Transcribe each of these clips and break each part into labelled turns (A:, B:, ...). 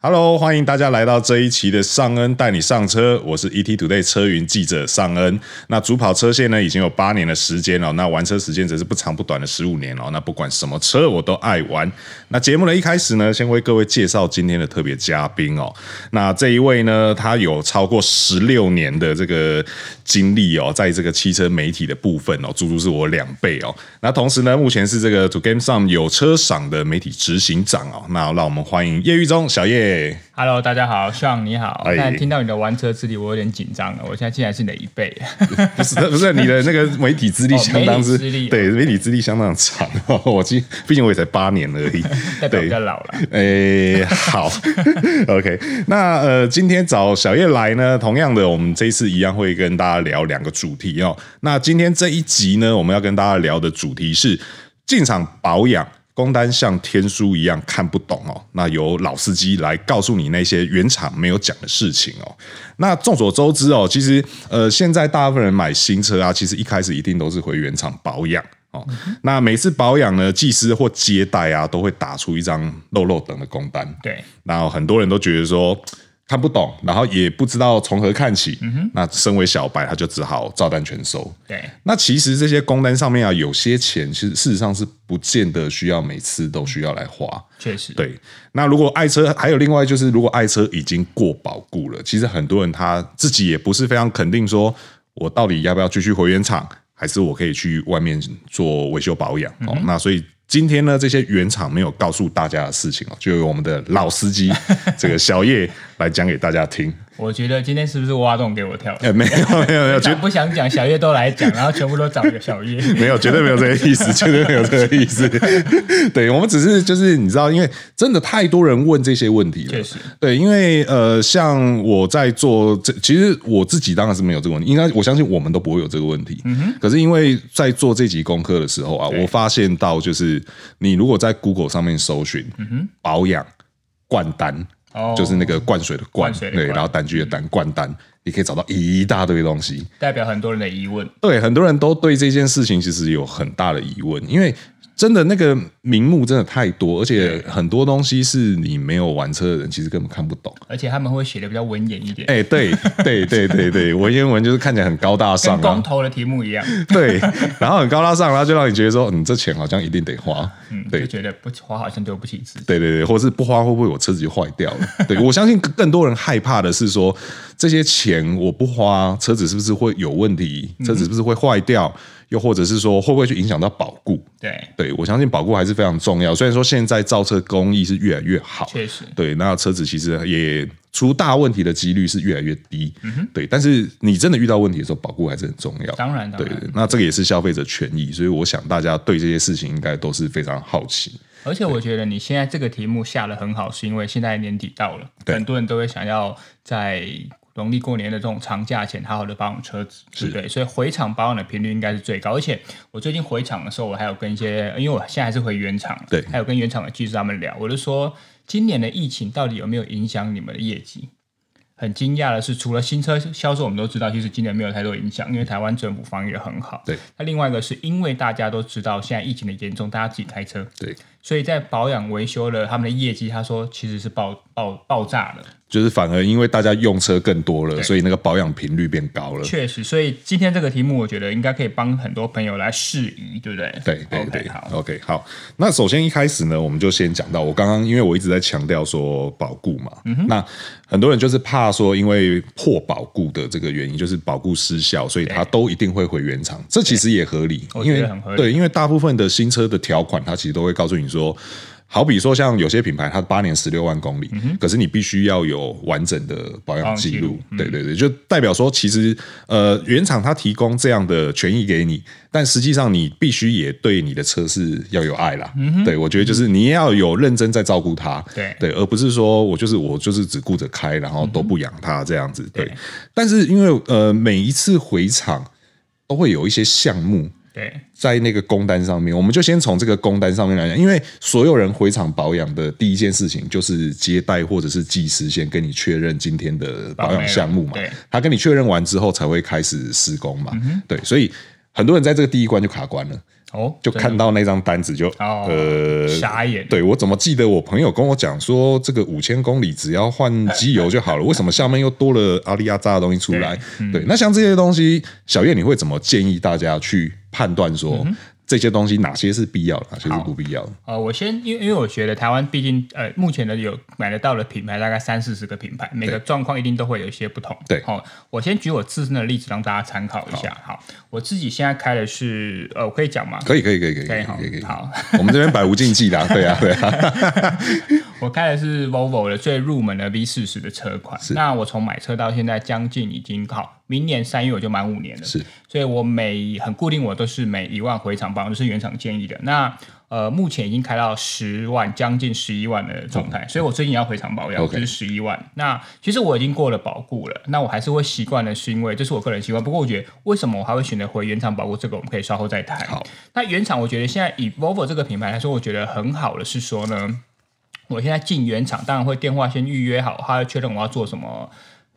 A: Hello，欢迎大家来到这一期的尚恩带你上车，我是 ET Today 车云记者尚恩。那主跑车线呢，已经有八年的时间了，那玩车时间则是不长不短的十五年了。那不管什么车，我都爱玩。那节目的一开始呢，先为各位介绍今天的特别嘉宾哦。那这一位呢，他有超过十六年的这个经历哦，在这个汽车媒体的部分哦，足足是我两倍哦。那同时呢，目前是这个 To Game 上有车赏的媒体执行长哦。那让我们欢迎叶玉忠小 叶。
B: Hello，大家好，Sean 你好。
A: 哎
B: 那听到你的玩车资历，我有点紧张了。我现在竟然是你的一倍，
A: 不是不是你的那个媒体资历
B: 哦
A: 相当之、
B: 媒体资历哦，
A: 对媒体资历相当长哦，我记，毕竟我也才八年而已
B: 代表
A: 对
B: 比较。老了。
A: 诶、哎好 ，OK，那呃，今天找小叶来呢，同样的，我们这一次一样会跟大家聊两个主题哦。那今天这一集呢，我们要跟大家聊的主题是进场保养。工单像天书一样看不懂哦，那由老司机来告诉你那些原厂没有讲的事情哦。那众所周知哦，其实呃，现在大部分人买新车啊，其实一开始一定都是回原厂保养。哦，那每次保养呢，技师或接待啊，都会打出一张漏漏等的工单。
B: 对，
A: 然后很多人都觉得说看不懂，然后也不知道从何看起。那身为小白，他就只好照单全收。
B: 对，
A: 那其实这些工单上面啊，有些钱其实事实上是不见得需要每次都需要来花。
B: 确实，
A: 对，那如果爱车，还有另外就是，如果爱车已经过保固了，其实很多人他自己也不是非常肯定，说我到底要不要继续回原厂，还是我可以去外面做维修保
B: 嗯
A: 养、哦。那所以今天呢，这些原厂没有告诉大家的事情哦，就由我们的老司机这个小叶来讲给大家 听。
B: 我觉得今天是不是挖洞给我跳？
A: 呃，没有没有没有，绝
B: 想不想讲小叶都 来讲，然后全部都找个小叶。
A: 没有，绝对没有这个意思，绝对没有这个意思。对我们只是就是你知道，因为真的太多人问这些问题了。
B: 确实，
A: 对，因为呃，像我在做这，其实我自己当然是没有这个问题，应该我相信我们都不会有这个问题。可是因为在做这集功课的时候啊，
B: 嗯对
A: 我发现到就是你如果在 Google 上面搜寻、保养灌单。
B: 嗯哦，
A: 就是那个灌水的灌，
B: 灌水的
A: 对，
B: 灌嗯
A: 然后单据的单灌单，你可以找到一大堆东西。
B: 代表很多人的疑问。
A: 对，很多人都对这件事情其实有很大的疑问，因为真的那个名目真的太多，而且很多东西是你没有玩车的人其实根本看不懂。
B: 而且他们会写的比较文言一点，
A: 哎、对对对对对，文言文就是看起来很高大上
B: 跟
A: 啊
B: 公，投的题目一样，
A: 对，然后很高大上，然后就让你觉得说，嗯，这钱好像一定得花，
B: 嗯，
A: 对
B: 就觉得不花好像对不起自己。
A: 对对对，或是不花会不会我车子就坏掉了？ 对我相信更多人害怕的是说，这些钱我不花，车子是不是会有问题？车子是不是会坏掉？又或者是说，会不会去影响到保固？
B: 对，
A: 对我相信保固还是非常重要。虽然说现在造车工艺是越来越好，
B: 确实
A: 对，那车子其实也出大问题的几率是越来越低，
B: 嗯
A: 对。但是你真的遇到问题的时候，保固还是很重要。
B: 当然当
A: 对
B: 然。，
A: 那这个也是消费者权益，所以我想大家对这些事情应该都是非常好奇。
B: 而且我觉得你现在这个题目下的很好，是因为现在年底到了，
A: 对
B: 很多人都会想要在农历过年的这种长假前好好的保养车子，对不对？所以回厂保养的频率应该是最高。而且我最近回厂的时候，我还有跟一些，因为我现在还是回原厂，
A: 对
B: 还有跟原厂的技师他们聊，我就说今年的疫情到底有没有影响你们的业绩？很惊讶的是，除了新车销售，我们都知道，其实今年没有太多影响，因为台湾政府防疫得很好。
A: 对，
B: 那另外一个是因为大家都知道现在疫情的严重，大家自己开车，
A: 对，
B: 所以在保养维修了他们的业绩，他说其实是爆爆爆炸了，
A: 就是反而因为大家用车更多了，
B: 对
A: 所以那个保养频率变高了。
B: 确实。所以今天这个题目，我觉得应该可以帮很多朋友来适宜，对不对？
A: 对对对
B: OK，好，
A: ，OK，好。那首先一开始呢，我们就先讲到我刚刚，因为我一直在强调说保固嘛，
B: 嗯
A: 那很多人就是怕说因为破保固的这个原因，就是保固失效，所以他都一定会回原厂，这其实也合理，
B: 我
A: 因
B: 觉
A: 为
B: 得很合理
A: 对，因为大部分的新车的条款，它其实都会告诉你说。好比说，像有些品牌，它八年十六万公里，可是你必须要有完整的保
B: 嗯保
A: 养
B: 养
A: 记
B: 记
A: 录
B: 录，
A: 对对对，就代表说，其实呃，原厂它提供这样的权益给你，但实际上你必须也对你的车是要有爱啦。对，我觉得就是你要有认真在照顾它，
B: 对
A: 对，而不是说我就是我就是只顾着开，然后都不养它这样子。对，但是因为呃，每一次回厂都会有一些项目。
B: 对
A: 在那个工单上面，我们就先从这个工单上面来讲，因为所有人回厂保养的第一件事情就是接待或者是技师先跟你确认今天的保养项目嘛
B: 保养内容对，
A: 他跟你确认完之后才会开始施工嘛，对，所以很多人在这个第一关就卡关了。
B: 哦，
A: 就看到那张单子就、
B: 哦
A: 呃
B: 傻眼
A: 对我怎么记得我朋友跟我讲说，这个五千公里只要换机油就好 了，为什么下面又多了阿里阿扎的东西出来？对,、那像这些东西，小叶你会怎么建议大家去判断说、
B: 嗯
A: 这些东西哪些是必要的，哪些是不必要的？
B: 呃，我先因为因为我觉得台湾毕竟呃，目前的有买得到的品牌大概三四十个品牌，每个状况一定都会有一些不同。
A: 对
B: 好、我先举我自身的例子让大家参考一下。好我自己现在开的是呃，我可以讲吗？
A: 可以，可以，可以，可以，
B: 可以哈
A: 可以，可以。
B: 好，
A: 我们这边百无禁忌的啊，对啊，对 啊，
B: 我开的是 Volvo 的最入门的 V 四十的车款。那我从买车到现在将近已经好，明年三月我就满五年了。
A: 是，
B: 所以我每很固定，我都是每一万回厂保，这是原厂建议的。那呃，目前已经开到十万，将近十一万的状态，所以我最近要回厂保
A: 嗯
B: 养，
A: OK
B: 就是十一万。那其实我已经过了保固了，那我还是会习惯的，是因为这是我个人习惯。不过我觉得为什么我还会选择回原厂保固，这个我们可以稍后再谈。
A: 好，
B: 那原厂我觉得现在以 Volvo 这个品牌来说，我觉得很好的是说呢。我现在进原厂，当然会电话先预约好，他会确认我要做什么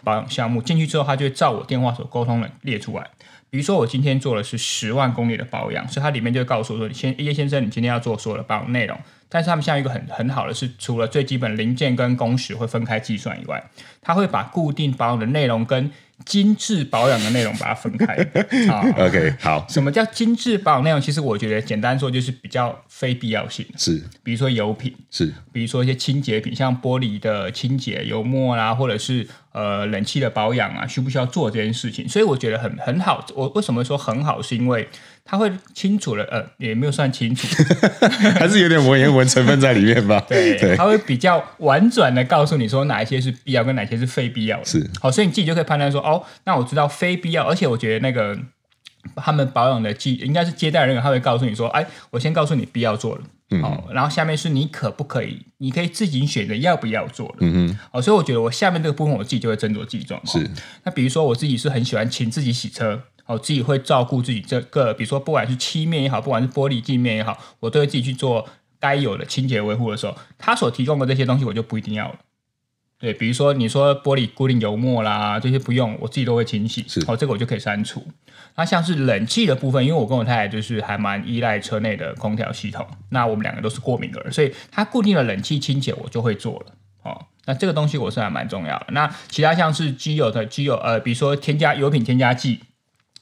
B: 保养项目。进去之后，他就会照我电话所沟通的列出来。比如说，我今天做的是十万公里的保养，所以它里面就会告诉我说，你先叶先生，你今天要做所有的保养内容。但是他们现在有一个很很好的是，除了最基本零件跟工时会分开计算以外，他会把固定保养的内容跟精致保养的内容把它分开。啊、
A: ，OK，好，
B: 什么叫精致保养内容？其实我觉得简单说就是比较非必要性，
A: 是
B: 比如说油品，
A: 是
B: 比如说一些清洁品，像玻璃的清洁、油墨啦、或者是呃冷气的保养啊，需不需要做这件事情？所以我觉得很很好。我为什么说很好？是因为它会清楚了，呃，也没有算清楚，
A: 还是有点文言文成分在里面吧？
B: 对，它会比较婉转的告诉你说哪一些是必要，跟哪些是非必要的。
A: 是，
B: 好，所以你自己就可以判断说，哦，那我知道非必要，而且我觉得那个他们保养的技应该是接待人员，他会告诉你说，哎，我先告诉你不要做了。
A: 嗯
B: 好，然后下面是你可不可以，你可以自己选择要不要做的。嗯哼，好，所以我觉得我下面这个部分我自己就会斟酌自己状况。
A: 是，
B: 那比如说我自己是很喜欢请自己洗车，哦，自己会照顾自己这个，比如说不管是漆面也好，不管是玻璃镜面也好，我都会自己去做该有的清洁维护的时候，他所提供的这些东西我就不一定要了。对，比如说你说玻璃固定油墨啦，这些不用，我自己都会清洗，
A: 是
B: 哦，这个我就可以删除。那像是冷气的部分，因为我跟我太太就是还蛮依赖车内的空调系统，那我们两个都是过敏儿，所以它固定的冷气清洁我就会做了。哦，那这个东西我是还蛮重要的。那其他像是机油的机油，呃，比如说添加油品添加剂，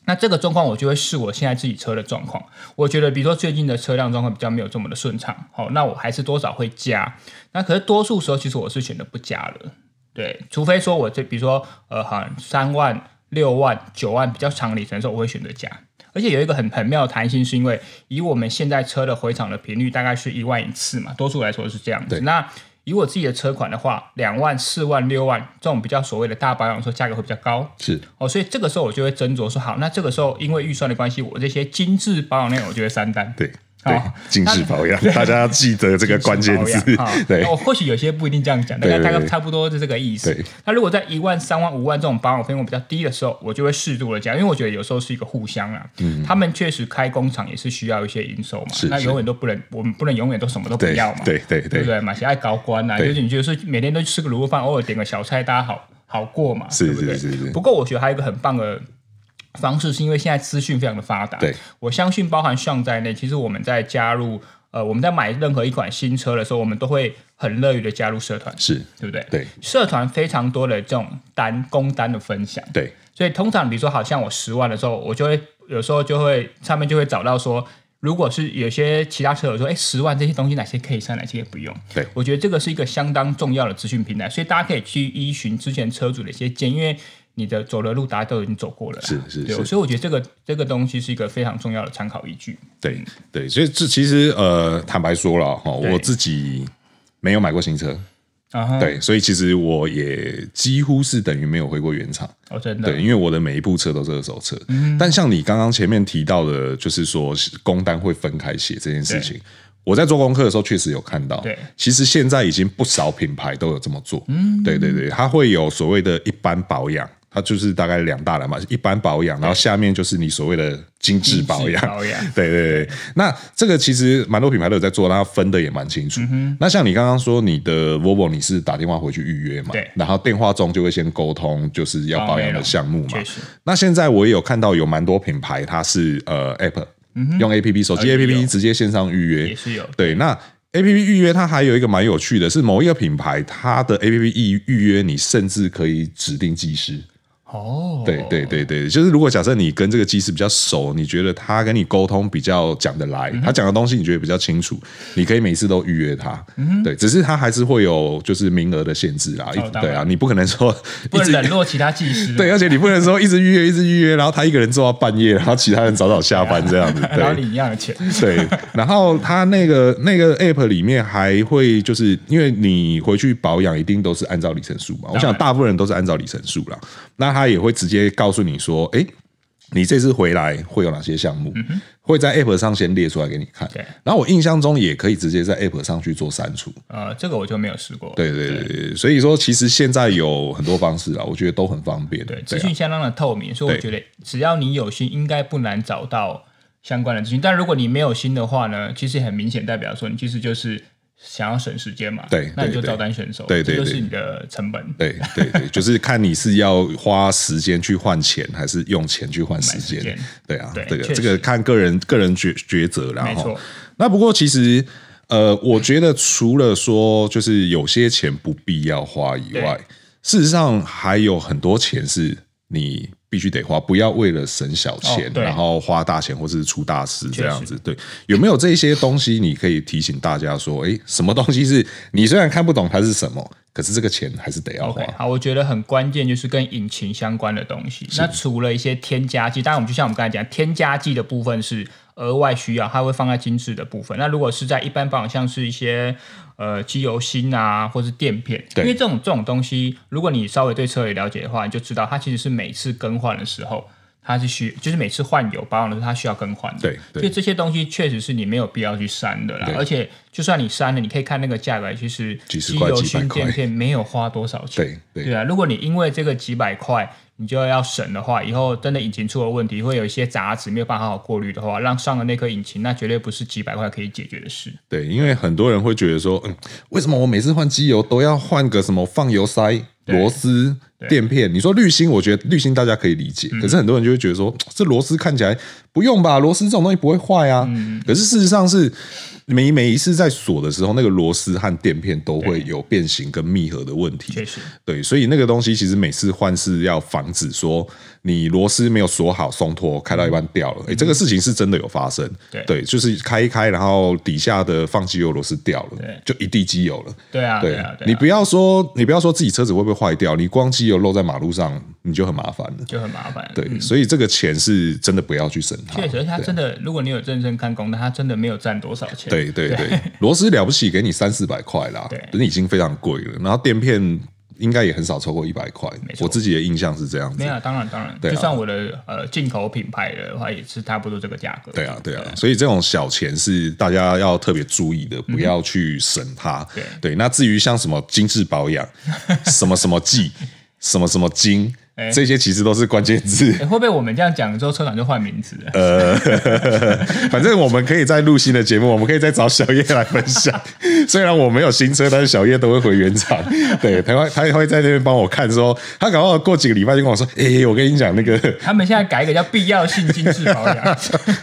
B: 那这个状况我就会视我现在自己车的状况。我觉得，比如说最近的车辆状况比较没有这么的顺畅，好、那我还是多少会加。那可是多数时候，其实我是选择不加了，对，除非说我这比如说呃，好像三万、六万、九万比较长里程的时候，我会选择加。而且有一个很很妙的弹性，是因为以我们现在车的回厂的频率大概是一万一次嘛，多数来说是这样子
A: 对。
B: 那以我自己的车款的话，两万、四万、六万这种比较所谓的大保养的时候，价格会比较高。
A: 是
B: 哦，所以这个时候我就会斟酌说，好，那这个时候因为预算的关系，我这些精致保养内容我就会删单。
A: 对对
B: 好，
A: 精致保养，大家要记得这个关键字
B: 保养啊。，
A: 对
B: 那，我或许有些不一定这样讲，大概
A: 对对
B: 大
A: 对
B: 概差不多是这个意思
A: 对。
B: 那如果在一万、三万、五万这种保养费用比较低的时候，我就会适度的讲，因为我觉得有时候是一个互相啊。他们确实开工厂也是需要一些营收嘛，
A: 嗯是
B: 那
A: 是
B: 永远都不能，我们不能永远都什么都不
A: 对
B: 要嘛。
A: 对对
B: 对不
A: 对，
B: 对？买些爱高官啊，
A: 对
B: 就是你就是每天都吃个卤肉饭，偶尔点个小菜，大家好好过嘛，
A: 是
B: 对不对？
A: 是是是
B: 不过我觉得还有一个很棒的。方式是因为现在资讯非常的发达，
A: 对
B: 我相信包含上在内，其实我们在加入呃我们在买任何一款新车的时候，我们都会很乐于的加入社团，
A: 是，
B: 对不对？
A: 对
B: 社团非常多的这种单工单的分享，
A: 对
B: 所以通常比如说，好像我十万的时候，我就会有时候就会上面就会找到说，如果是有些其他车友说，哎，十万这些东西哪些可以删，哪些不用。
A: 对
B: 我觉得这个是一个相当重要的资讯平台，所以大家可以去依循之前车主的一些建议，因为你的走的路大家都已经走过了啦，
A: 是是
B: 对
A: 是
B: 所以我觉得这个这个东西是一个非常重要的参考依据。
A: 对对，所以这其实呃，坦白说了哈，
B: 对
A: 我自己没有买过新车，
B: 啊哈，
A: 对，所以其实我也几乎是等于没有回过原厂。
B: 哦，真的，
A: 对，因为我的嗯每一部车都是二手车，但像你刚刚前面提到的，就是说工单会分开写这件事情，我在做功课的时候确实有看到。
B: 对
A: 其实现在已经不少品牌都有这么做。嗯，对对对，它会有所谓的一般保养。它就是大概两大栏嘛，一般保养，然后下面就是你所谓的精致保
B: 精
A: 养
B: 致，保养，
A: 对对对，那这个其实蛮多品牌都有在做，那它分的也蛮清楚。那像你刚刚说，你的 Volvo 你是打电话回去预约嘛？
B: 对
A: 然后电话中就会先沟通，
B: 哦
A: 就是要保养的项目嘛
B: 确。实，
A: 那现在我也有看到有蛮多品牌，它是呃 App 用 A P P 手机
B: 啊
A: A
B: 也
A: P
B: 有
A: P 直接线上预约
B: 也，是有
A: 对，那 A P P 预约它还有一个蛮有趣的是，某一个品牌它的 A P P 预预约，你甚至可以指定技师。
B: 哦，
A: 对对对对，就是如果假设你跟这个技师比较熟，你觉得他跟你沟通比较讲得
B: 嗯
A: 来，他讲的东西你觉得比较清楚，你可以每次都预约他。
B: 嗯
A: 对，只是他还是会有就是名额的限制啦。一
B: 哦当然
A: 对啊，你不可能说
B: 不
A: 一
B: 能
A: 直
B: 冷落其他技 师，
A: 对，而且你不能说一直预约一直预约，然后他一个人做到半夜，然后其他人早早下班这样子。对
B: 然后领一样的钱，
A: 对，然后它那个那个 app 里面还会就是因为你回去保养一定都是按照里程数嘛，我想大部分人都是按照里程数啦。那它也会直接告诉你说，哎，你这次回来会有哪些项目，会在 app 上先列出来给你看
B: 嗯对。
A: 然后我印象中也可以直接在 app 上去做删除。
B: 呃，这个我就没有试过，
A: 对对对对，所以说其实现在有很多方式啦，我觉得都很方便。
B: 对，资
A: 对啊
B: 讯相当的透明，所以我
A: 对
B: 觉得只要你有心，应该不难找到相关的资讯。但如果你没有心的话呢，其实很明显代表说你其实就是想要省时间嘛，
A: 对
B: 那你
A: 对
B: 就
A: 对
B: 照单选手，
A: 对对
B: 这就
A: 对
B: 是你的成本。
A: 对对对， 就是看你是要花时间去换钱，还是用钱去换时
B: 买时
A: 间
B: 间。
A: 对啊，
B: 对
A: 这个
B: 确实
A: 这个看个人个人抉抉择啦。
B: 没错
A: 齁那不过其实呃，我觉得除了说就是有些钱不必要花以外，事实上还有很多钱是你。必须得花，不要为了省小钱，
B: 哦对
A: 然后花大钱或是出大事
B: 确
A: 这样
B: 实
A: 子。对，有没有这些东西你可以提醒大家说，哎、什么东西是你虽然看不懂它是什么，可是这个钱还是得要花。
B: OK，好，我觉得很关键就是跟引擎相关的东西。那除了一些添加剂，当然我们就像我们刚才讲，添加剂的部分是额外需要，它会放在精致的部分。那如果是在一般保养，像是一些呃机油芯啊，或是垫片，
A: 对
B: 因为这种这种东西，如果你稍微对车也了解的话，你就知道它其实是每次更换的时候。它是需，就是每次换油保养的时候，它需要更换的。
A: 对对
B: 所以这些东西确实是你没有必要去删的啦
A: 对。
B: 而且，就算你删了，你可以看那个价格，其实
A: 几十
B: 机
A: 块
B: 油
A: 几百
B: 芯
A: 块
B: 垫片没有花多少钱。
A: 对对
B: 对啊，如果你因为这个几百块，你就要省的话，以后真的引擎出了问题，会有一些杂质没有办法好好过滤的话，让上了那颗引擎，那绝对不是几百块可以解决的事。
A: 对，因为很多人会觉得说，嗯，为什么我每次换机油都要换个什么放油塞、
B: 对嗯
A: 螺丝、垫片？你说滤芯，我觉得滤芯大家可以理解，可是很多人就会觉得说，哦这螺丝看起来不用吧，螺丝这种东西不会坏啊。
B: 嗯
A: 可是事实上是。每每一次在锁的时候，那个螺丝和垫片都会有变形跟密合的问题。
B: 确实，
A: 对，所以那个东西其实每次换是要防止说你螺丝没有锁好松脱，开到一半掉了。哎、这个事情是真的有发生。
B: 嗯对
A: 就是开一开，然后底下的放机油螺丝掉了，
B: 对
A: 就一地机油了。
B: 对啊，对啊，对啊，
A: 你不要说你不要说自己车子会不会坏掉，你光机油漏在马路上，你就很麻烦了。
B: 就很麻烦。
A: 对，所以这个钱是真的不要去省它。
B: 嗯确实，而且它真的，如果你有认真看工，但它真的没有占多少钱。
A: 对对对， 螺丝了不起，给你三四百块啦
B: 对，
A: 那已经非常贵了。然后垫片应该也很少超过一百块，我
B: 错
A: 自己的印象是这样子。
B: 没有啊，当然当然，
A: 对啊
B: 就算我的呃进口品牌的话，也是差不多这个价格。
A: 对啊，对啊，所以这种小钱是大家要特别注意的，不要去省它。
B: 对
A: 那至于像什么精致保养、什么什么剂、什么什么精，
B: 哎
A: 这些其实都是关键字。
B: 诶会不会我们这样讲之后，车长就换名字了？
A: 呃反正我们可以再录新的节目，我们可以再找小叶来分享。虽然我没有新车，但是小叶都会回原厂，对，他会他也会在那边帮我看说，他搞不好过几个礼拜就跟我说，哎、我跟你讲那个
B: 他们现在改一个叫必要性精致保养。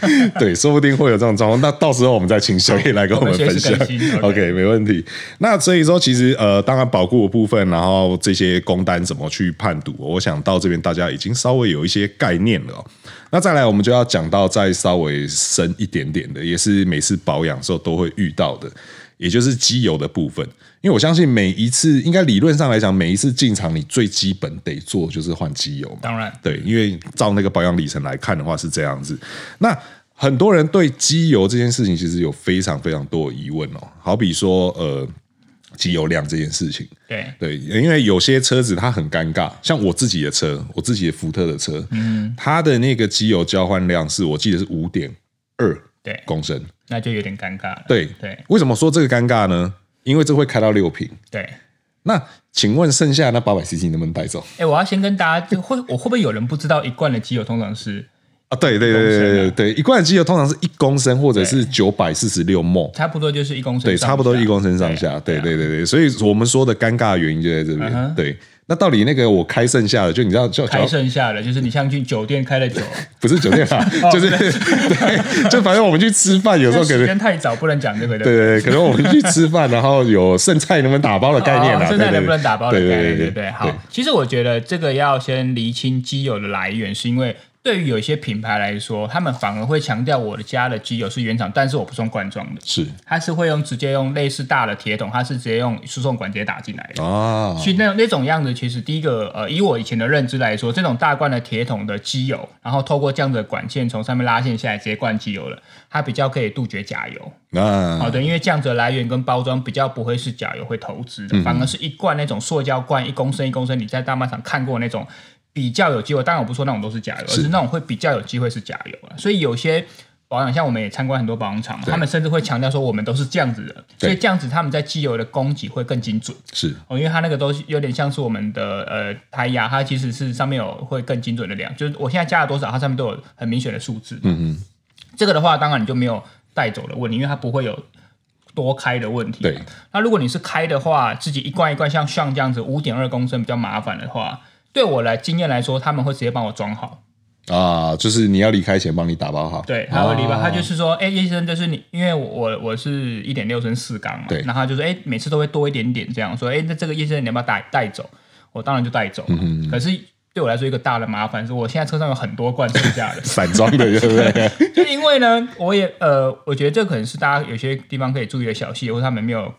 A: 对，说不定会有这种状况。那到时候我们再请小叶来跟我们分享
B: 我们随时更。新
A: OK，没问题。那所以说，其实呃，当然保固的部分，然后这些工单怎么去判读，我想到这边大家已经稍微有一些概念了哦、那再来，我们就要讲到再稍微深一点点的，也是每次保养的时候都会遇到的，也就是机油的部分。因为我相信每一次，应该理论上来讲，每一次进厂你最基本得做就是换机油嘛。
B: 当然，
A: 对，因为照那个保养里程来看的话是这样子。那很多人对机油这件事情其实有非常非常多的疑问哦，好比说呃机油量这件事情，
B: 对
A: 对，因为有些车子它很尴尬，像我自己的车，我自己的福特的车，嗯，它的那个机油交换量是我记得是五点二
B: 对，
A: 公升，
B: 那就有点尴尬了。
A: 对
B: 对
A: 为什么说这个尴尬呢？因为这会开到六瓶，
B: 对。
A: 那请问剩下那八百 CC 能不能带走？
B: 哎、我要先跟大家，就会我会不会有人不知道一罐的机油通常是
A: 啊，对对对对对对，一罐的机油通常是一公升或者是九百四十六 m
B: 差不多就是一公升
A: 对，
B: 上下，
A: 差不多一公升上下。对
B: 啊
A: 对对对，所以我们说的尴尬的原因就在这边。
B: 嗯哼
A: 对，那到底那个我开剩下的，就你知道，就
B: 开剩下的，就是你像去酒店开了酒，
A: 不是酒店 啊，就是 对，就反正我们去吃饭，有时候可
B: 哦时
A: 能。
B: 间太早不能讲这个的。
A: 对对，对可能我们去吃饭，然后有剩菜能不能打包的概念
B: 哦
A: 啦，
B: 剩
A: 对
B: 菜
A: 对
B: 能不能打包的概
A: 对
B: 念，
A: 对
B: 对
A: 对
B: 好，其实我觉得这个要先厘清机油的来源，是因为对于有一些品牌来说，他们反而会强调我的家的机油是原厂，但是我不是用罐装的，
A: 是
B: 它是会用直接用类似大的铁桶，它是直接用输送管直接打进来的。
A: 啊，
B: 哦其实那那种样子，其实第一个，呃，以我以前的认知来说，这种大罐的铁桶的机油，然后透过这样的管线从上面拉线下来，直接灌机油了，它比较可以杜绝假油。
A: 那
B: 好的，因为这样子的来源跟包装比较不会是假油会投资的，反而是一罐那种塑胶罐，一公升一公升，你在大卖场看过那种比较有机会。当然我不说那种都是假油，而是那种会比较有机会是假油啊。所以有些保养，像我们也参观很多保养厂嘛，他们甚至会强调说我们都是这样子的，所以这样子他们在机油的供给会更精准。
A: 是
B: 哦，因为它那个都是有点像是我们的呃胎压，它其实是上面有会更精准的量，就是我现在加了多少，它上面都有很明显的数字。嗯嗯，这个的话，当然你就没有带走的问题，因为它不会有多开的问题。啊
A: 对，
B: 那如果你是开的话，自己一罐一罐像像这样子五点二公升比较麻烦的话，对我来经验来说，他们会直接帮我装好。
A: 啊，就是你要离开前帮你打包好，
B: 对，他会理吧，
A: 啊
B: 他就是说，哎、叶医生，就是你，因为我我我是一点六升四缸嘛，
A: 对，
B: 然后他就说，哎、每次都会多一点点这样，说，哎、那这个叶生你要不要带带走？我当然就带走嘛，可是对我来说一个大的麻烦是，我现在车上有很多罐剩下的
A: 散装的，对不对？
B: 就因为呢，我也呃，我觉得这可能是大家有些地方可以注意的小细节，或者他们没有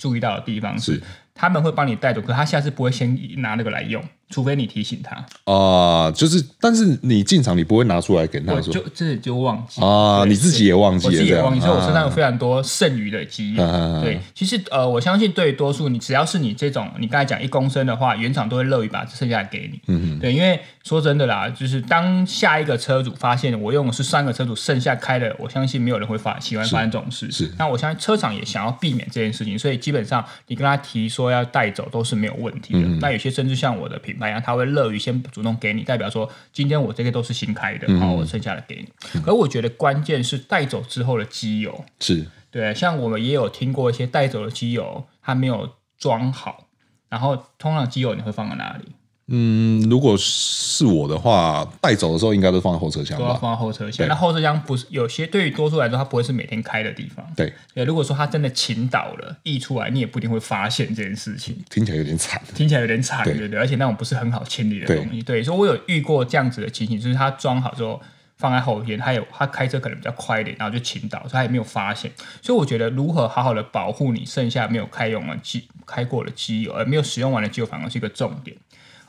B: 注意到的地方
A: 是
B: 他们会帮你带走，可他下次不会先拿那个来用，除非你提醒他，
A: 啊，就是，但是你进场你不会拿出来给
B: 我
A: 他说
B: 就这就忘记
A: 啊，
B: 对
A: 你自己也忘记
B: 我
A: 了，
B: 自己
A: 这
B: 也
A: 样
B: 忘记，所以我身上有
A: 啊
B: 非常多剩余的基因。
A: 啊
B: 对，其实呃，我相信对于多数你，只要是你这种，你刚才讲一公升的话，原厂都会乐于把剩下来给你。嗯对，因为说真的啦，就是当下一个车主发现我用的是三个车主剩下开的，我相信没有人会发喜欢发生这种事。
A: 是
B: 那我相信车厂也想要避免这件事情，所以基本上你跟他提说要带走都是没有问题的。那有些甚至像我的品牌一样，他会乐于先主动给你，代表说今天我这个都是新开的，然后我剩下的给你。可我觉得关键是带走之后的机油。
A: 是
B: 对，像我们也有听过一些带走的机油，它没有装好，然后通常机油你会放在哪里？
A: 嗯，如果是我的话，带走的时候应该都放在后车厢
B: 都要
A: 吧？
B: 啊放到后车
A: 对
B: 厢。那后车厢不是有些对于多数来说，它不会是每天开的地方。
A: 对，
B: 对，如果说它真的倾倒了溢出来，你也不一定会发现这件事情。
A: 听起来有点惨。
B: 听起来有点惨，
A: 对
B: 对不对？而且那种不是很好清理的东西，对，所以我有遇过这样子的情形，就是他装好之后放在后边，他有他开车可能比较快一点，然后就倾倒，所以他也没有发现。所以我觉得如何好好的保护你剩下没有开用完机开过的机油，而呃没有使用完的机油，反而是一个重点。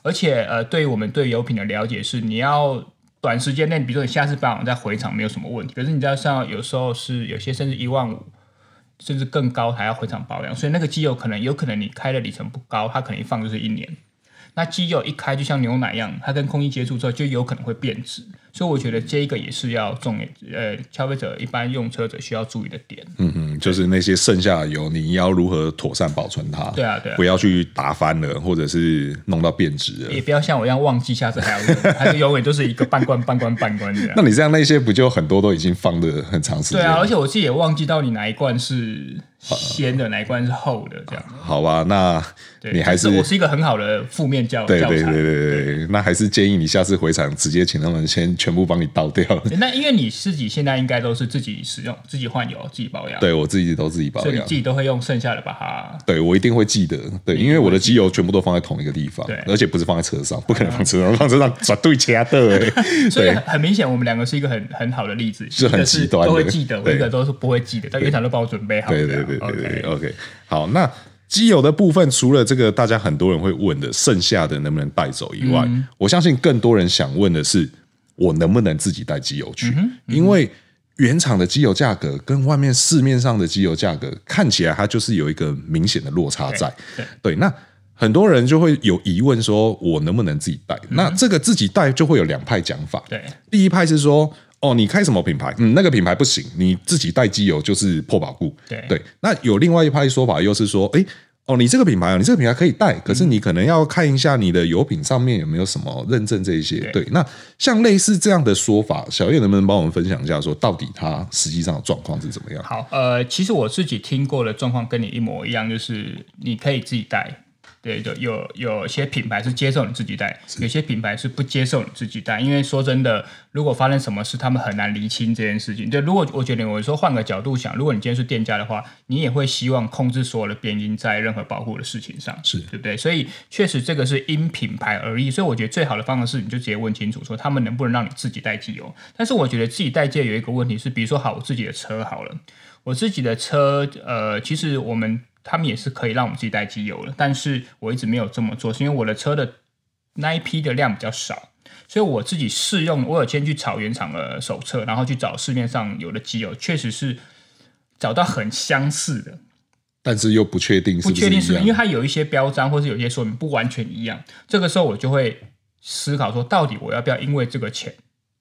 B: 而且呃，对于我们对油品的了解是，你要短时间内，比如说你下次保养再回厂没有什么问题，可是你知道像有时候是有些甚至一万五。甚至更高还要回厂保养，所以那个机油可能有可能你开的里程不高，它可能一放就是一年。那机油一开就像牛奶一样，它跟空气接触之后就有可能会变质，所以我觉得这一个也是要重点，呃，消费者一般用车者需要注意的点。
A: 嗯嗯，就是那些剩下的油，你要如何妥善保存它？
B: 对啊对啊
A: 不要去打翻了，或者是弄到变质了
B: 也。不要像我一样忘记下次还 要用，它就永远都是一个半罐半罐半罐这样
A: 那。你这样那些不就很多都已经放的很长时
B: 对
A: 间？
B: 啊，而且我自己也忘记到你哪一罐是鲜的，哪一罐是厚的，这样。
A: 好吧，那
B: 啊对，
A: 你还是
B: 这我是一个很好的负面教
A: 对
B: 教
A: 对对
B: 材。
A: 对对对，那还是建议你下次回厂直接请他们先全部帮你倒掉。
B: 那因为你自己现在应该都是自己使用、自己换油、自己保养，
A: 对我自己都自己保
B: 所以你
A: 养
B: 自。己都会用剩下的把它。
A: 对，我一定会记得，对，因为我的机油全部都放在同一个地方
B: 对，嗯
A: 而且不是放在车上，不可能放车上，放车上绝对掐的、欸，
B: 所以
A: 对
B: 很，很明显，我们两个是一个很很好的例子，
A: 是很
B: 一个
A: 极端的
B: 都会记得，
A: 对
B: 一个都是不会记得，但原厂都帮我准备好。
A: 对
B: 这
A: 对
B: 样
A: 对对对哦
B: OK
A: 对，OK，好，那。机油的部分，除了这个大家很多人会问的剩下的能不能带走以
B: 嗯
A: 外，我相信更多人想问的是，我能不能自己带机油
B: 嗯
A: 去？因为原厂的机油价格跟外面市面上的机油价格看起来，它就是有一个明显的落差在。
B: 对
A: 对，那很多人就会有疑问，说我能不能自己带？那这个自己带就会有两派讲法。
B: 嗯对
A: 第一派是说，哦，你开什么品牌？嗯，那个品牌不行，你自己带机油就是破保固。
B: 对
A: 对，那有另外一派说法又是说，诶，哦，你这个品牌啊，你这个品牌可以带，可是你可能要看一下你的油品上面有没有什么认证这一些。对，
B: 对
A: 那像类似这样的说法，小叶能不能帮我们分享一下，说到底它实际上的状况是怎么样？
B: 好，呃，其实我自己听过的状况跟你一模一样，就是你可以自己带。对，有有有些品牌是接受你自己带，有些品牌是不接受你自己带，因为说真的，如果发生什么事，他们很难厘清这件事情。对，如果我觉得我说换个角度想，如果你今天是店家的话，你也会希望控制所有的变音在任何保护的事情上，
A: 是
B: 对不对？所以确实这个是因品牌而异，所以我觉得最好的方法是你就直接问清楚，说他们能不能让你自己带机油。哦但是我觉得自己带机油有一个问题是，比如说好，我自己的车好了。我自己的车，呃，其实我们他们也是可以让我们自己带机油的，但是我一直没有这么做，是因为我的车的那一批的量比较少，所以我自己试用，我有先去找原厂的手册，然后去找市面上有的机油，确实是找到很相似的，
A: 但是又不确定是
B: 不
A: 不是
B: 确
A: 一
B: 定是不是，因为
A: 样。
B: 它有一些标章或是有一些说明不完全一样。这个时候我就会思考说，到底我要不要因为这个钱？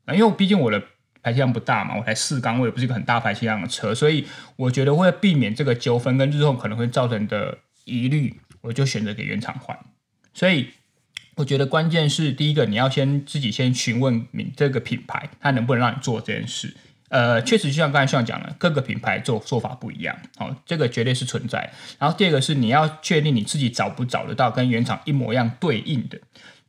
B: 啊因为毕竟我的排气量不大嘛，我才四缸，我也不是一个很大排气量的车，所以我觉得为了避免这个纠纷跟日后可能会造成的疑虑，我就选择给原厂换。所以我觉得关键是第一个，你要先自己先询问你这个品牌，它能不能让你做这件事。呃，确实就像刚才像讲了，各个品牌做做法不一样，哦，这个绝对是存在。然后第二个是你要确定你自己找不找得到跟原厂一模一样对应的。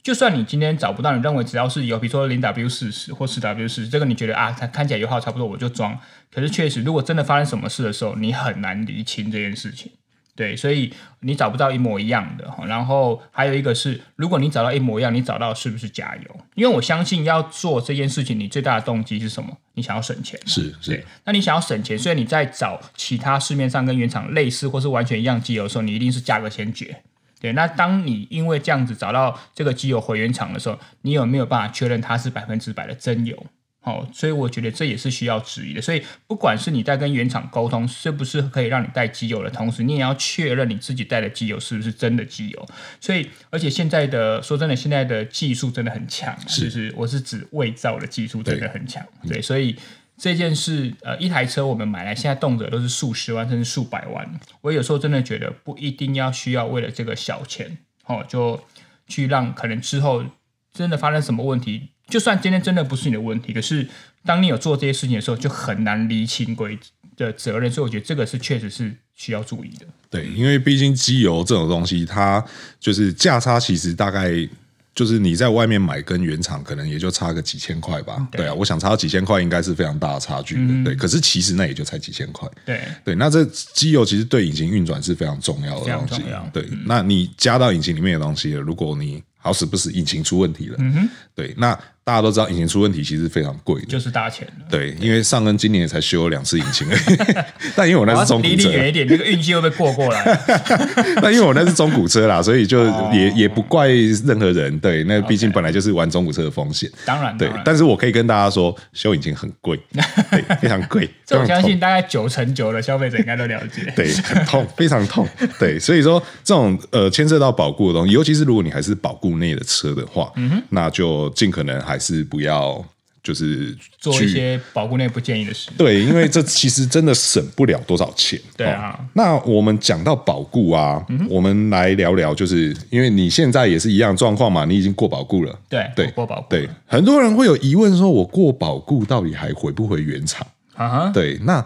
B: 就算你今天找不到，你认为只要是有，比如说零 W 四十或四 W 四十，这个你觉得啊，它看起来油耗差不多，我就装。可是确实，如果真的发生什么事的时候，你很难厘清这件事情。对，所以你找不到一模一样的。哈然后还有一个是，如果你找到一模一样，你找到是不是加油？因为我相信要做这件事情，你最大的动机是什么？你想要省钱。
A: 是是
B: 对，那你想要省钱，所以你在找其他市面上跟原厂类似或是完全一样机油的时候，你一定是价格先决。对，那当你因为这样子找到这个机油回原厂的时候，你有没有办法确认它是百分之百的真油？哦，所以我觉得这也是需要质疑的。所以不管是你在跟原厂沟通是不是可以让你带机油的同时，你也要确认你自己带的机油是不是真的机油。所以，而且现在的说真的，现在的技术真的很强，啊
A: 是
B: 就是我是指伪造的技术真的很强，对，所以。这件事，呃，一台车我们买来，现在动辄都是数十万甚至数百万。我有时候真的觉得不一定要需要为了这个小钱，哦，就去让可能之后真的发生什么问题，就算今天真的不是你的问题，可是当你有做这些事情的时候，就很难厘清规的责任，所以我觉得这个是确实是需要注意的。
A: 对，因为毕竟机油这种东西，它就是价差，其实大概就是你在外面买跟原厂可能也就差个几千块吧。
B: 对嗯
A: 对啊，我想差几千块应该是非常大的差距的。对，可是其实那也就才几千块。
B: 对，
A: 对，那这机油其实对引擎运转是非常重要
B: 非
A: 的
B: 常
A: 东西
B: 重要。嗯
A: 对，那你加到引擎里面的东西了，如果你好死不死引擎出问题了，嗯、对，那大家都知道引擎出问题其实非常贵的。
B: 就是大钱了。
A: 对，因为上恩今年也才修了两次引擎 而已，但因为我那
B: 我
A: 是
B: 要
A: 中
B: 离
A: 古
B: 你
A: 车，
B: 远一点，这个运气会不会过 过来？
A: 那因为我那是中古车啦，所以就
B: 哦
A: 也也不怪任何人。对，那毕竟本来就是玩中古车的风险。
B: 当然，
A: 对
B: 当，然
A: 但是我可以跟大家说，修引擎很贵， 对，非常贵，
B: 这我
A: 非常
B: 相
A: 痛
B: 信大概九成九的消费者应该都了解。
A: 对，很 痛，非常痛。对，所以说这种呃牵涉到保固的东西，尤其是如果你还是保固内的车的话，
B: 嗯
A: 那就尽可能还是不要就是
B: 做
A: 去
B: 一些保护内不建议的事。
A: 对，因为这其实真的省不了多少钱。
B: 对啊
A: 哦那我们讲到保固啊，我们来聊聊，就是因为你现在也是一样状况嘛，你已经过保固了。
B: 对
A: 对
B: 我过保护。
A: 对，很多人会有疑问，说我过保固到底还回不回原厂？
B: 啊哈
A: 对，那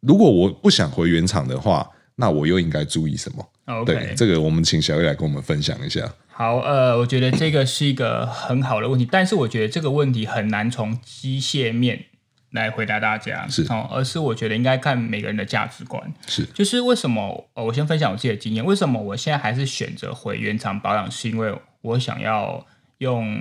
A: 如果我不想回原厂的话，那我又应该注意什么？对
B: ，OK，，
A: 这个我们请小叶来跟我们分享一下。
B: 好，呃，我觉得这个是一个很好的问题，但是我觉得这个问题很难从机械面来回答大家，
A: 是
B: 哦，而是我觉得应该看每个人的价值观。
A: 是
B: 就是为什么？呃，我先分享我自己的经验。为什么我现在还是选择回原厂保养？是因为我想要用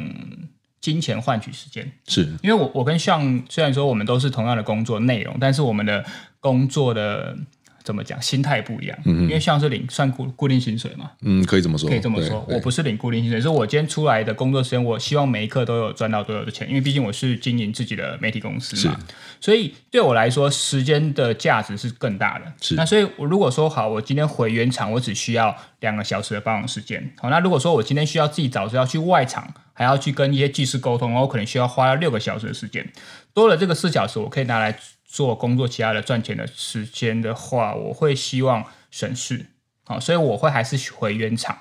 B: 金钱换取时间。
A: 是，
B: 因为我我跟向虽然说我们都是同样的工作内容，但是我们的工作的怎么讲心态不一样。因为向是领算固固定薪水嘛，
A: 嗯，可以这么说，
B: 可以这么说，
A: 对
B: 我不是领固定薪水，是我今天出来的工作时间，我希望每一刻都有赚到多有的钱，因为毕竟我是经营自己的媒体公司嘛，所以对我来说，时间的价值是更大的。
A: 是
B: 那所以我如果说好，我今天回原厂，我只需要两个小时的保养时间。好，那如果说我今天需要自己早知道去外场，还要去跟一些技师沟通，我可能需要花六个小时的时间。多了这个四小时，我可以拿来做工作其他的赚钱的时间的话，我会希望省事。好、所以我会还是回原厂。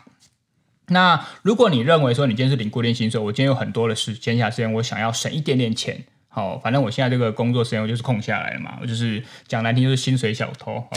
B: 那如果你认为说你今天是领固定薪水，我今天有很多的时间下时间，我想要省一点点钱。好，反正我现在这个工作时间我就是空下来了嘛，我就是讲难听就是薪水小偷。好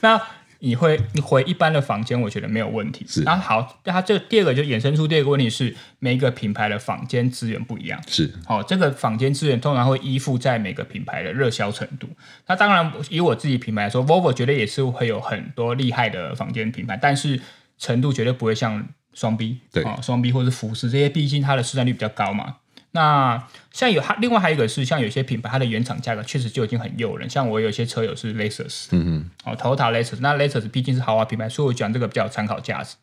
B: 那你会你回一般的房间，我觉得没有问题。
A: 是
B: 然后好，那它这第二个就衍生出第二个问题是，每一个品牌的房间资源不一样。
A: 是
B: 好、这个坊间资源通常会依附在每个品牌的热销程度。那当然，以我自己品牌来说，Volvo 绝对也是会有很多厉害的坊间品牌，但是程度绝对不会像双 B
A: 对
B: 哦、双 B 或者是服饰这些，毕竟它的市占率比较高嘛。那像有它，另外还有一个是像有些品牌，它的原厂价格确实就已经很诱人。像我有些车友是 Lexus，嗯嗯，哦，Toyota Lexus，那 Lexus 毕竟是豪华品牌，所以我讲这个比较有参考价值。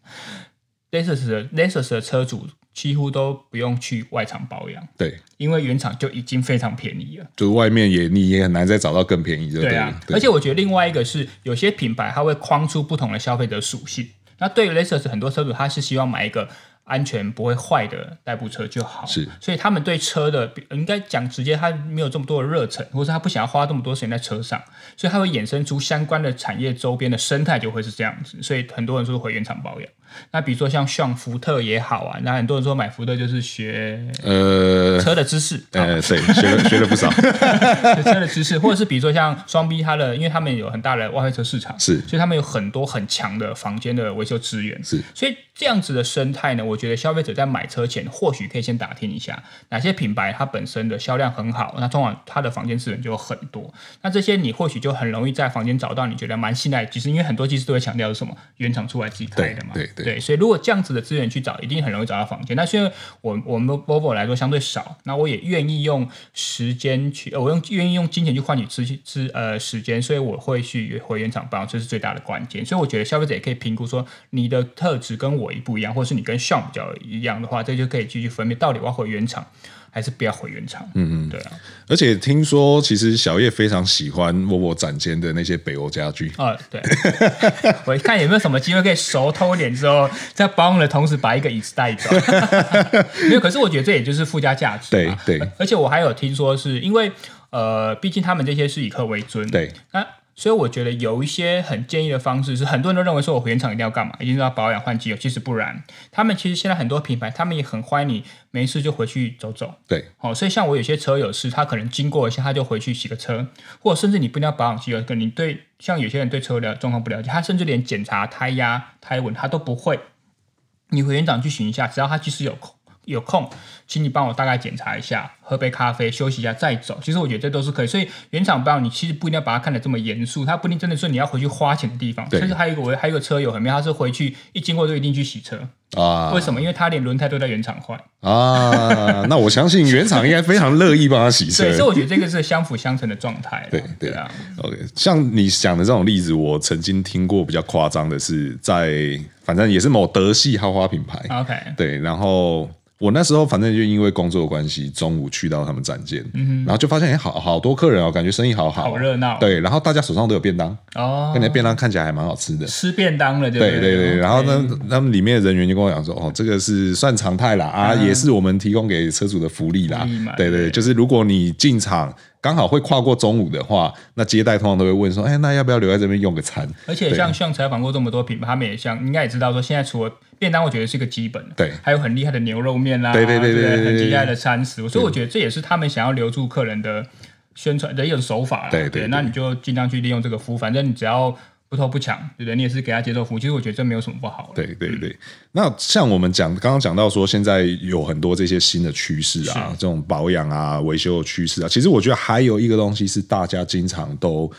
B: Lexus 的 Lexus 的车主几乎都不用去外厂保养，
A: 对，
B: 因为原厂就已经非常便宜了。
A: 就是外面也你也很难再找到更便宜的，
B: 对
A: 对
B: 啊
A: 了，
B: 而
A: 对
B: 且我觉得另外一个是，有些品牌它会框出不同的消费者属性。那对于 Lexus 很多车主，他是希望买一个安全不会坏的代步车就好。
A: 是，
B: 所以他们对车的应该讲直接，他没有这么多的热忱，或是他不想要花这么多时间在车上，所以他会衍生出相关的产业周边的生态就会是这样子。所以很多人说回原厂保养。那比如说像像福特也好啊，那很多人说买福特就是学
A: 呃
B: 车的知识，
A: 呃，对，学了学了不少，
B: 车的知识，或者是比如说像双 B，它的因为他们有很大的外汇车市场，
A: 是
B: 所以他们有很多很强的房间的维修资源，
A: 是，
B: 所以这样子的生态呢，我觉得消费者在买车前或许可以先打听一下哪些品牌它本身的销量很好，那通常它的房间资源就有很多，那这些你或许就很容易在房间找到你觉得蛮信赖的技师，因为很多技师都会强调是什么原厂出来自己开的嘛，
A: 对对对
B: 所以如果这样子的资源去找，一定很容易找到房间。那是因为我我们 Volvo 来说相对少，那我也愿意用时间去，呃、我用愿意用金钱去换取资资呃时间，所以我会去回原厂帮，这是最大的关键。所以我觉得消费者也可以评估说你的特质跟我一不一样，或者是你跟 Sean 比较一样的话，这就可以继续分辨到底我要回原厂还是不要回原厂。嗯嗯，对啊，
A: 而且听说其实小叶非常喜欢沃沃展间的那些北欧家 具，
B: 啊、对，我看有没有什么机会可以熟偷一点之后，在保养的同时把一个椅子 带走。没有，可是我觉得这也就是附加价值嘛。
A: 对对
B: 而而且我还有听说是因为呃，毕竟他们这些是以客为尊，
A: 对，
B: 那。所以我觉得有一些很建议的方式是，很多人都认为说我回原厂一定要干嘛，一定要保养换机油。其实不然，他们其实现在很多品牌，他们也很欢迎你没事就回去走走，
A: 对，
B: 哦，所以像我有些车友是，他可能经过一下，他就回去洗个车，或者甚至你不一定要保养机油，可能你对像有些人对车的状况不了解，他甚至连检查胎压、胎纹他都不会。你回原厂去巡一下，只要他即使有空有空，请你帮我大概检查一下，喝杯咖啡休息一下再走。其实我觉得这都是可以，所以原厂保养你其实不一定要把它看得这么严肃，它不一定真的是你要回去花钱的地方。
A: 对
B: 甚至还有一个我还有一个车友很妙，他是回去一经过就一定去洗车，
A: 啊
B: 为什么？因为他连轮胎都在原厂换。
A: 啊，那我相信原厂应该非常乐意帮他洗车
B: 对，。所以我觉得这个是相辅相成的状态啦。
A: 对
B: 对
A: 对
B: 啊，
A: OK，像你讲的这种例子，我曾经听过比较夸张的是在，反正也是某德系豪华品牌，
B: OK，
A: 对，然后我那时候反正就因为工作的关系，中午去到他们展间，然后就发现哎，好好多客人哦，感觉生意好好，
B: 嗯好热闹
A: 对，然后大家手上都有便当，
B: 哦
A: 那，那便当看起来还蛮好吃的。
B: 吃便当了，对
A: 对
B: 不
A: 对对，
B: 对
A: 然后呢，他们里面的人员就跟我讲说，哦，这个是算常态啦，啊，也是我们提供给车主的福利啦
B: 嗯福利嘛。
A: 对对，
B: 对
A: 就是如果你进场刚好会跨过中午的话，那接待通常都会问说，哎，那要不要留在这边用个餐？
B: 而且像像采访过这么多品牌，他们也像应该也知道说，现在除了便当，我觉得是一个基本，
A: 对
B: 还有很厉害的牛肉面啦，
A: 对对对对对对
B: 很
A: 对
B: 厉害的餐食，所以我觉得这也是他们想要留住客人的宣传的一种手法啦。
A: 对对
B: 对
A: 对
B: 那你就尽量去利用这个服务，反正你只要不偷不抢，对不对？你也是给他接受服务，其实我觉得这没有什么不好的。
A: 对对对，那像我们讲刚刚讲到说，现在有很多这些新的趋势啊，这种保养啊、维修的趋势啊，其实我觉得还有一个东西是大家经常都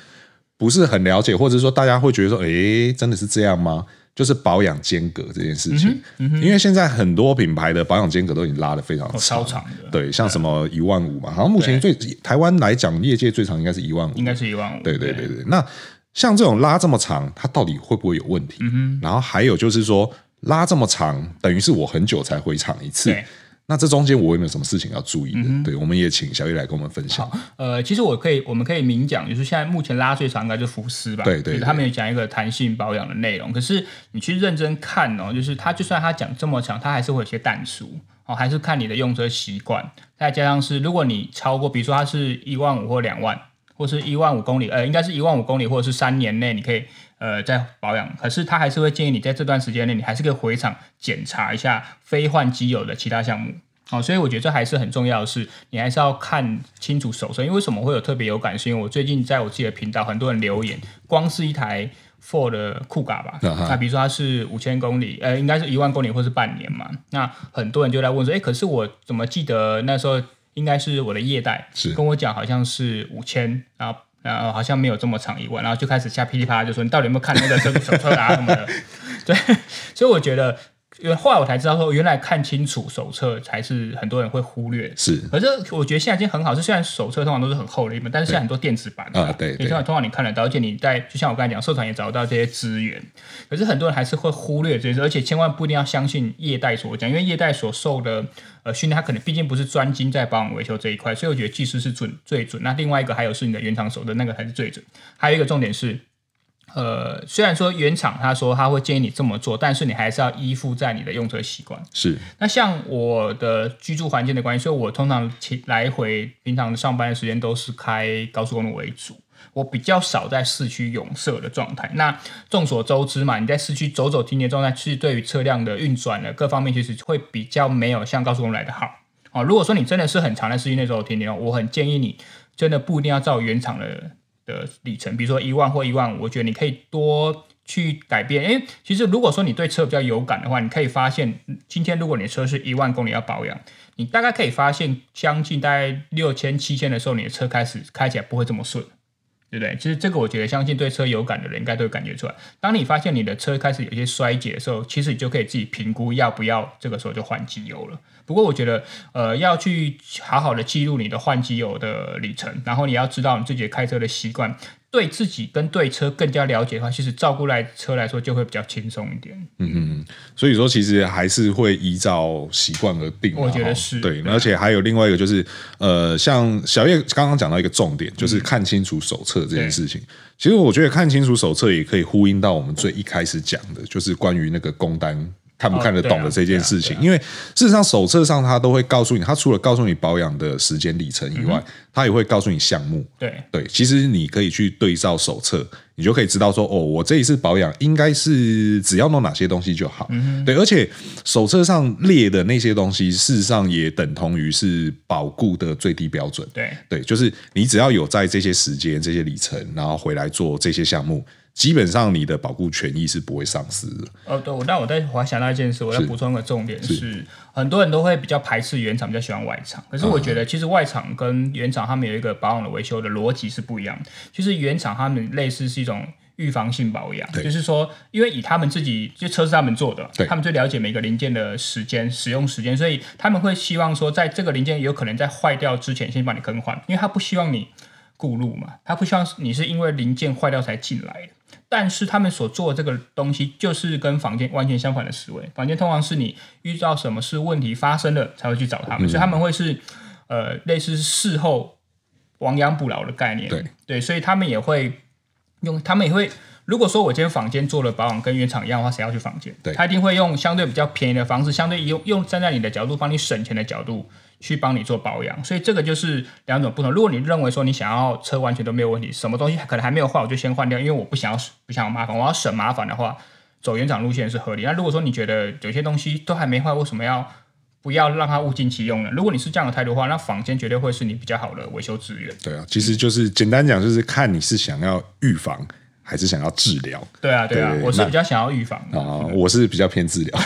A: 不是很了解，或者说大家会觉得说，诶，真的是这样吗？就是保养间隔这件
B: 嗯
A: 事情，因为现在很多品牌的保养间隔都已经拉得非常
B: 哦
A: 长，
B: 超长的
A: 对，像什么一万五嘛，好像目前最台湾来讲，业界最长应该是一万五，
B: 应该是一万五。
A: 对对对对，那像这种拉这么长，它到底会不会有问
B: 嗯
A: 题？然后还有就是说，拉这么长，等于是我很久才回场一次
B: 对。嗯
A: 那这中间我有没有什么事情要注意的？对，我们也请小叶来跟我们分享。
B: 呃，其实我可以，我们可以明讲，就是现在目前拉最长应该就是福斯吧，
A: 对对
B: 就是
A: 对
B: 他们有讲一个弹性保养的内容，可是你去认真看哦，就是他就算他讲这么长，他还是会有些淡疏哦，还是看你的用车习惯，再加上是如果你超过，比如说它是一万五或两万。或是一万五公里，呃，应该是一万五公里，或者是三年内你可以呃再保养。可是他还是会建议你在这段时间内，你还是可以回厂检查一下非换机油的其他项目。好、哦所以我觉得这还是很重要的是，你还是要看清楚手册。因为为什么会有特别有感？是因为我最近在我自己的频道，很多人留言，光是一台 Ford 的酷嘎吧，
A: 啊哈
B: 那比如说它是五千公里，呃，应该是一万公里或是半年嘛。那很多人就在问说，哎，可是我怎么记得那时候应该是我的业贷
A: 是
B: 跟我讲好像是五千，然后。然后好像没有这么长一万，然后就开始下噼里啪啦，就说你到底有没有看那个车手册啊什么的？对，所以我觉得，后来我才知道说，原来看清楚手册才是很多人会忽略的
A: 是
B: 可是我觉得现在已经很好，是虽然手册通常都是很厚的一本，但是现在很多电子版
A: 啊对
B: 你
A: 对
B: 通常通常你看得到，而且你在就像我刚才讲，社团也找得到这些资源。可是很多人还是会忽略这些，而且千万不一定要相信业代所讲，因为业代所受的呃训练，他可能毕竟不是专精在保养维修这一块，所以我觉得技师是准最准。那另外一个还有是你的原厂手的那个才是最准，还有一个重点是。呃，虽然说原厂他说他会建议你这么做，但是你还是要依附在你的用车习惯。
A: 是
B: 那像我的居住环境的关系，所以我通常其来回平常上班的时间都是开高速公路为主。我比较少在市区涌塞的状态。那众所周知嘛，你在市区走走停停的状态，其实对于车辆的运转的各方面，其实会比较没有像高速公路来的好。哦，如果说你真的是很常在市区内走走停停哦，我很建议你真的不一定要照原厂的的里程，比如说一万或一万五，我觉得你可以多去改变。因为其实如果说你对车比较有感的话，你可以发现，嗯今天如果你的车是一万公里要保养，你大概可以发现，将近大概六千、七千的时候，你的车开始开起来不会这么顺。对不对？其实这个我觉得，相信对车有感的人应该都会感觉出来。当你发现你的车开始有一些衰竭的时候，其实你就可以自己评估要不要这个时候就换机油了。不过我觉得，呃，要去好好的记录你的换机油的里程，然后你要知道你自己的开车的习惯，对自己跟对车更加了解的话，其实照顾来车来说就会比较轻松一点。
A: 所以说，其实还是会依照习惯而定啦。
B: 我觉得
A: 哦
B: 是
A: 对，
B: 对啊
A: 而且还有另外一个就是，呃，像小叶刚刚讲到一个重
B: 嗯
A: 点，就是看清楚手册这件事情。其实我觉得看清楚手册也可以呼应到我们最一开始讲的，就是关于那个工单。看不看得懂的这件事情，
B: 哦对啊对啊对啊
A: 因为事实上手册上它都会告诉你，它除了告诉你保养的时间里程以
B: 嗯
A: 外，它也会告诉你项目，
B: 对，
A: 对，其实你可以去对照手册，你就可以知道说，哦，我这一次保养应该是只要弄哪些东西就好。对，而且手册上列的那些东西，事实上也等同于是保固的最低标准。
B: 对，
A: 对，就是你只要有在这些时间、这些里程，然后回来做这些项目，基本上你的保固权益是不会丧失的。
B: 哦，对，我那我再我还想到一件事，我要补充一个重点是，很多人都会比较排斥原厂，比较喜欢外厂。可是
A: 啊
B: 我觉得，其实外厂跟原厂他们有一个保养的维修的逻辑是不一样的。就是原厂他们类似是一种预防性保养，
A: 对
B: 就是说，因为以他们自己就车是他们做的嘛
A: 对，
B: 他们最了解每个零件的时间使用时间，所以他们会希望说，在这个零件有可能在坏掉之前先帮你更换，因为他不希望你顾路嘛，他不希望你是因为零件坏掉才进来的。但是他们所做的这个东西，就是跟房间完全相反的思维。房间通常是你遇到什么是问题发生了才会去找他
A: 嗯
B: 们，所以他们会是呃类似事后亡羊补牢的概念。
A: 对
B: 所以他们也会用，他们也会。如果说我今天房间做了保养跟原厂一样的话，谁要去房间？
A: 对
B: 他一定会用相对比较便宜的方式，相对用用站在你的角度帮你省钱的角度去帮你做保养，所以这个就是两种不同。如果你认为说你想要车完全都没有问题，什么东西可能还没有坏，我就先换掉，因为我不想要不想要麻烦，我要省麻烦的话，走原厂路线是合理。那如果说你觉得有些东西都还没坏，为什么要不要让它物尽其用呢？如果你是这样的态度的话，那坊间绝对会是你比较好的维修资源。
A: 对啊，其实就是简单讲，就是看你是想要预防还是想要治疗
B: 对啊，对啊，
A: 对
B: 我是
A: 那
B: 比较想要预防的。
A: 啊、我是比较偏治疗。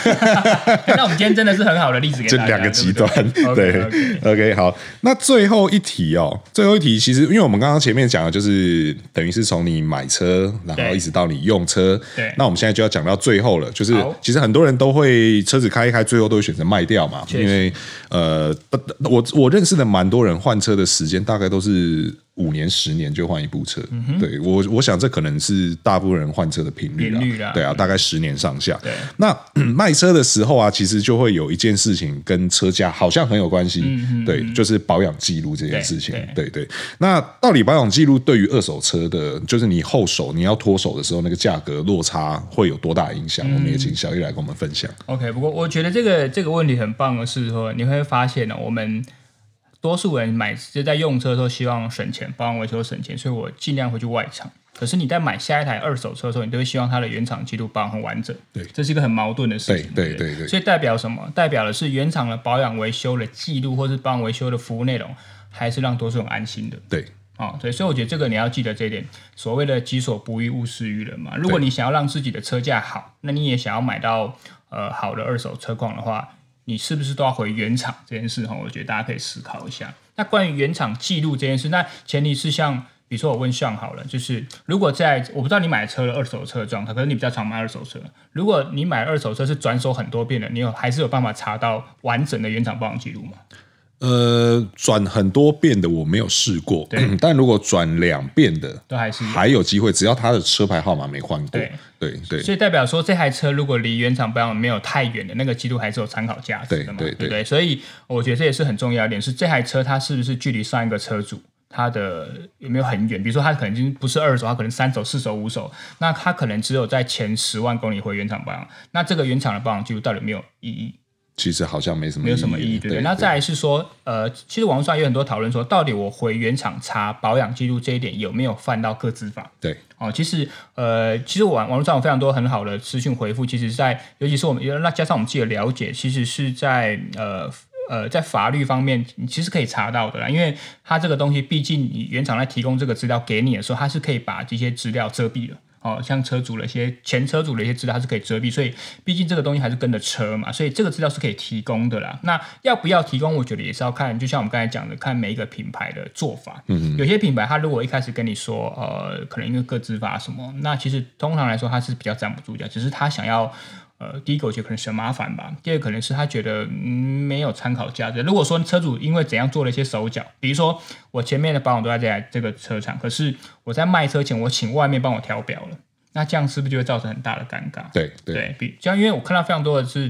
B: 那我们今天真的是很好的例子给
A: 这
B: 大家，
A: 两个极
B: 对不
A: 端，
B: 对 OK，OK
A: 对，OK，好，那最后一题哦，最后一题其实因为我们刚刚前面讲的就是等于是从你买车，然后
B: 对
A: 一直到你用车，
B: 对
A: 那我们现在就要讲到最后了，就是
B: 好
A: 其实很多人都会车子开一开，最后都会选择卖掉嘛，
B: 确实
A: 因为呃，不我我认识的蛮多人换车的时间大概都是。五年、十年就换一部车，
B: 嗯
A: 对我，我想这可能是大部分人换车的频率啦，
B: 频率啦
A: 对啊，大概十年上下。
B: 对
A: 那 嗯卖车的时候啊，其实就会有一件事情跟车价好像很有关系，
B: 嗯
A: 对，就是保养记录这件事情。对对那到底保养记录对于二手车的，就是你后手你要脱手的时候，那个价格落差会有多大影响？我们也
B: 嗯
A: 请小叶来跟我们分享。
B: 哦 OK，不过我觉得这个这个问题很棒的是说，你会发现呢、我们多数人买就在用车的时候希望省钱，保养维修省钱，所以我尽量会去外厂。可是你在买下一台二手车的时候，你都会希望它的原厂记录保养很完整，
A: 对
B: 这是一个很矛盾的事
A: 对
B: 情。
A: 对
B: 不
A: 对对，
B: 所以代表什么？代表的是原厂的保养维修的记录，或是保养维修的服务内容，还是让多数人安心的。
A: 对
B: 哦，对，所以我觉得这个你要记得这一点，所谓的己所不欲，勿施于人嘛。如果
A: 对
B: 你想要让自己的车价好，那你也想要买到呃好的二手车况的话，你是不是都要回原厂这件事？哈，我觉得大家可以思考一下。那关于原厂记录这件事，那前提是像。比如说我问上好了，就是如果在我不知道你买车了二手车的状态，可是你比较常买二手车，如果你买二手车是转手很多遍的，你有还是有办法查到完整的原厂保养记录吗？
A: 呃，转很多遍的我没有试过，但如果转两遍的，
B: 都还是有
A: 还有机会，只要他的车牌号码没换过
B: 嗯对，
A: 对对
B: 所以代表说，这台车如果离原厂保养没有太远的那个记录，还是有参考价值的嘛，
A: 对对
B: 不对？所以我觉得这也是很重要一点，是这台车它是不是距离上一个车主它的有没有很远？比如说它可能已经不是二手，它可能三手、四手、五手，那它可能只有在前十万公里回原厂保养，那这个原厂的保养记录到底有没有意义？
A: 其实好像没什么
B: 没有什么意义，对不对？那再来是说，呃，其实网络上有很多讨论说，到底我回原厂查保养记录这一点有没有犯到各自法？
A: 对
B: 哦，其实呃，其实网网络上有非常多很好的资讯回复，其实在，尤其是我们那加上我们自己的了解，其实是在呃。呃，在法律方面，你其实可以查到的啦，因为它这个东西，毕竟你原厂在提供这个资料给你的时候，它是可以把这些资料遮蔽的。哦，像车主的一些前车主的一些资料，它是可以遮蔽，所以毕竟这个东西还是跟着车嘛，所以这个资料是可以提供的啦。那要不要提供，我觉得也是要看，就像我们刚才讲的，看每一个品牌的做法。嗯，有些品牌它如果一开始跟你说，呃，可能因为各自法什么，那其实通常来说它是比较站不住脚，只是他想要呃，第一个我觉得可能嫌麻烦吧，第二个可能是他觉得、嗯、没有参考价值。如果说车主因为怎样做了一些手脚，比如说我前面的保养都在这台这个车厂，可是我在卖车前我请外面帮我调表了，那这样是不是就会造成很大的尴尬？
A: 对对
B: 对，比像因为我看到非常多的是，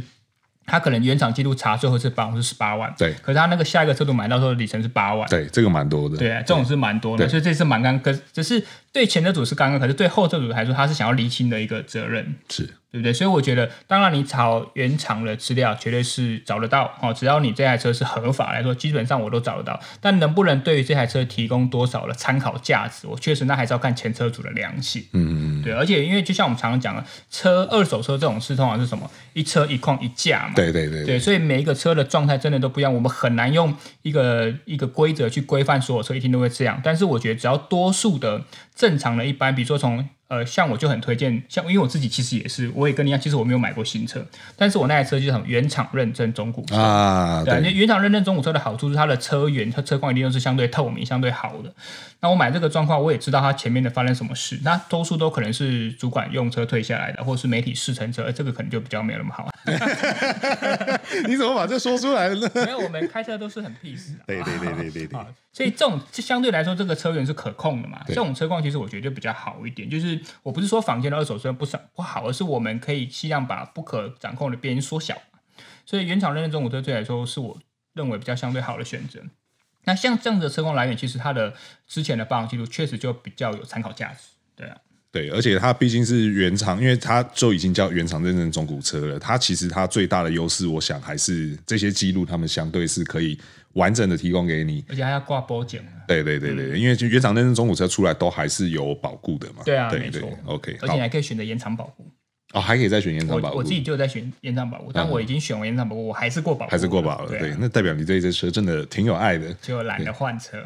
B: 他可能原厂记录查最后一次保养是十八万，
A: 对
B: 可是他那个下一个车主买到时候里程是八万，
A: 对，这个蛮多的，
B: 对，啊这种是蛮多的，
A: 对
B: 所以这是蛮尴，可只是对前车主是尴尬，可是对后车主来说，他是想要厘清的一个责任。
A: 是
B: 对不对？所以我觉得，当然你找原厂的资料绝对是找得到哦，只要你这台车是合法来说，基本上我都找得到。但能不能对于这台车提供多少的参考价值，我确实那还是要看前车主的良心。嗯嗯对，而且因为就像我们常常讲的，车二手车这种事通常是什么？一车一况一价嘛。
A: 对对对
B: 对，所以每一个车的状态真的都不一样，我们很难用一个一个规则去规范所有车一定都会这样。但是我觉得只要多数的正常的一般，比如说从呃，像我就很推荐，像因为我自己其实也是，我也跟你一样，其实我没有买过新车，但是我那台车就是很原厂认证中古车。
A: 啊，
B: 对啊，因为
A: 对
B: 原厂认证中古车的好处是它的车源、它车况一定都是相对透明、相对好的。那我买这个状况，我也知道它前面的发生什么事。那多数都可能是主管用车退下来的，或是媒体试乘车，呃这个可能就比较没有那么好。
A: 你怎么把这说出来了呢？
B: 没有，我们开车都是很 peace 的。
A: 对对对对 对对
B: 啊，所以这种这相对来说，这个车源是可控的嘛。这
A: 对
B: 种车况其实我觉得就比较好一点。就是我不是说房间的二手车不少不好，而是我们可以尽量把不可掌控的变因缩小嘛。所以原厂认证中古车对来说是我认为比较相对好的选择。那像这样子的车况来源，其实它的之前的保养记录确实就比较有参考价值。对啊，
A: 对，而且它毕竟是原厂，因为它就已经叫原厂认证中古车了。它其实它最大的优势，我想还是这些记录，他们相对是可以完整的提供给你。
B: 而且还要挂保检啊
A: 对对对对，因为就原厂认证中古车出来都还是有保固的嘛。
B: 对啊
A: 对
B: 没错
A: 对，OK，好
B: 而且你还可以选择延长保护。
A: 哦，还可以再选原厂保
B: 我
A: 固，
B: 我自己就在选延长保护，但我已经选完延长保护，我还是过保护了，
A: 还是过保了。
B: 对啊
A: 对，那代表你对这车真的挺有爱的。
B: 就懒得换车。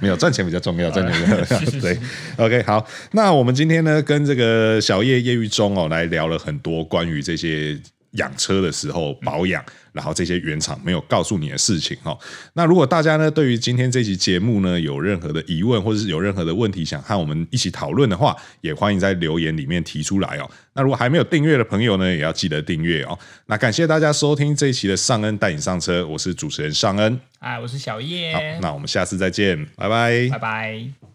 A: 没有赚钱比较重要，赚钱比较重要。
B: 呃是是是
A: 对，OK，好，那我们今天呢，跟这个小叶叶玉中哦，来聊了很多关于这些养车的时候保养，然后这些原厂没有告诉你的事情哦。那如果大家呢，对于今天这期节目呢，有任何的疑问，或者是有任何的问题想和我们一起讨论的话，也欢迎在留言里面提出来哦。那如果还没有订阅的朋友呢，也要记得订阅哦。那感谢大家收听这一期的尚恩带你上车，我是主持人尚恩。
B: 哎，我是小叶
A: 好，，那我们下次再见，拜拜
B: 拜拜。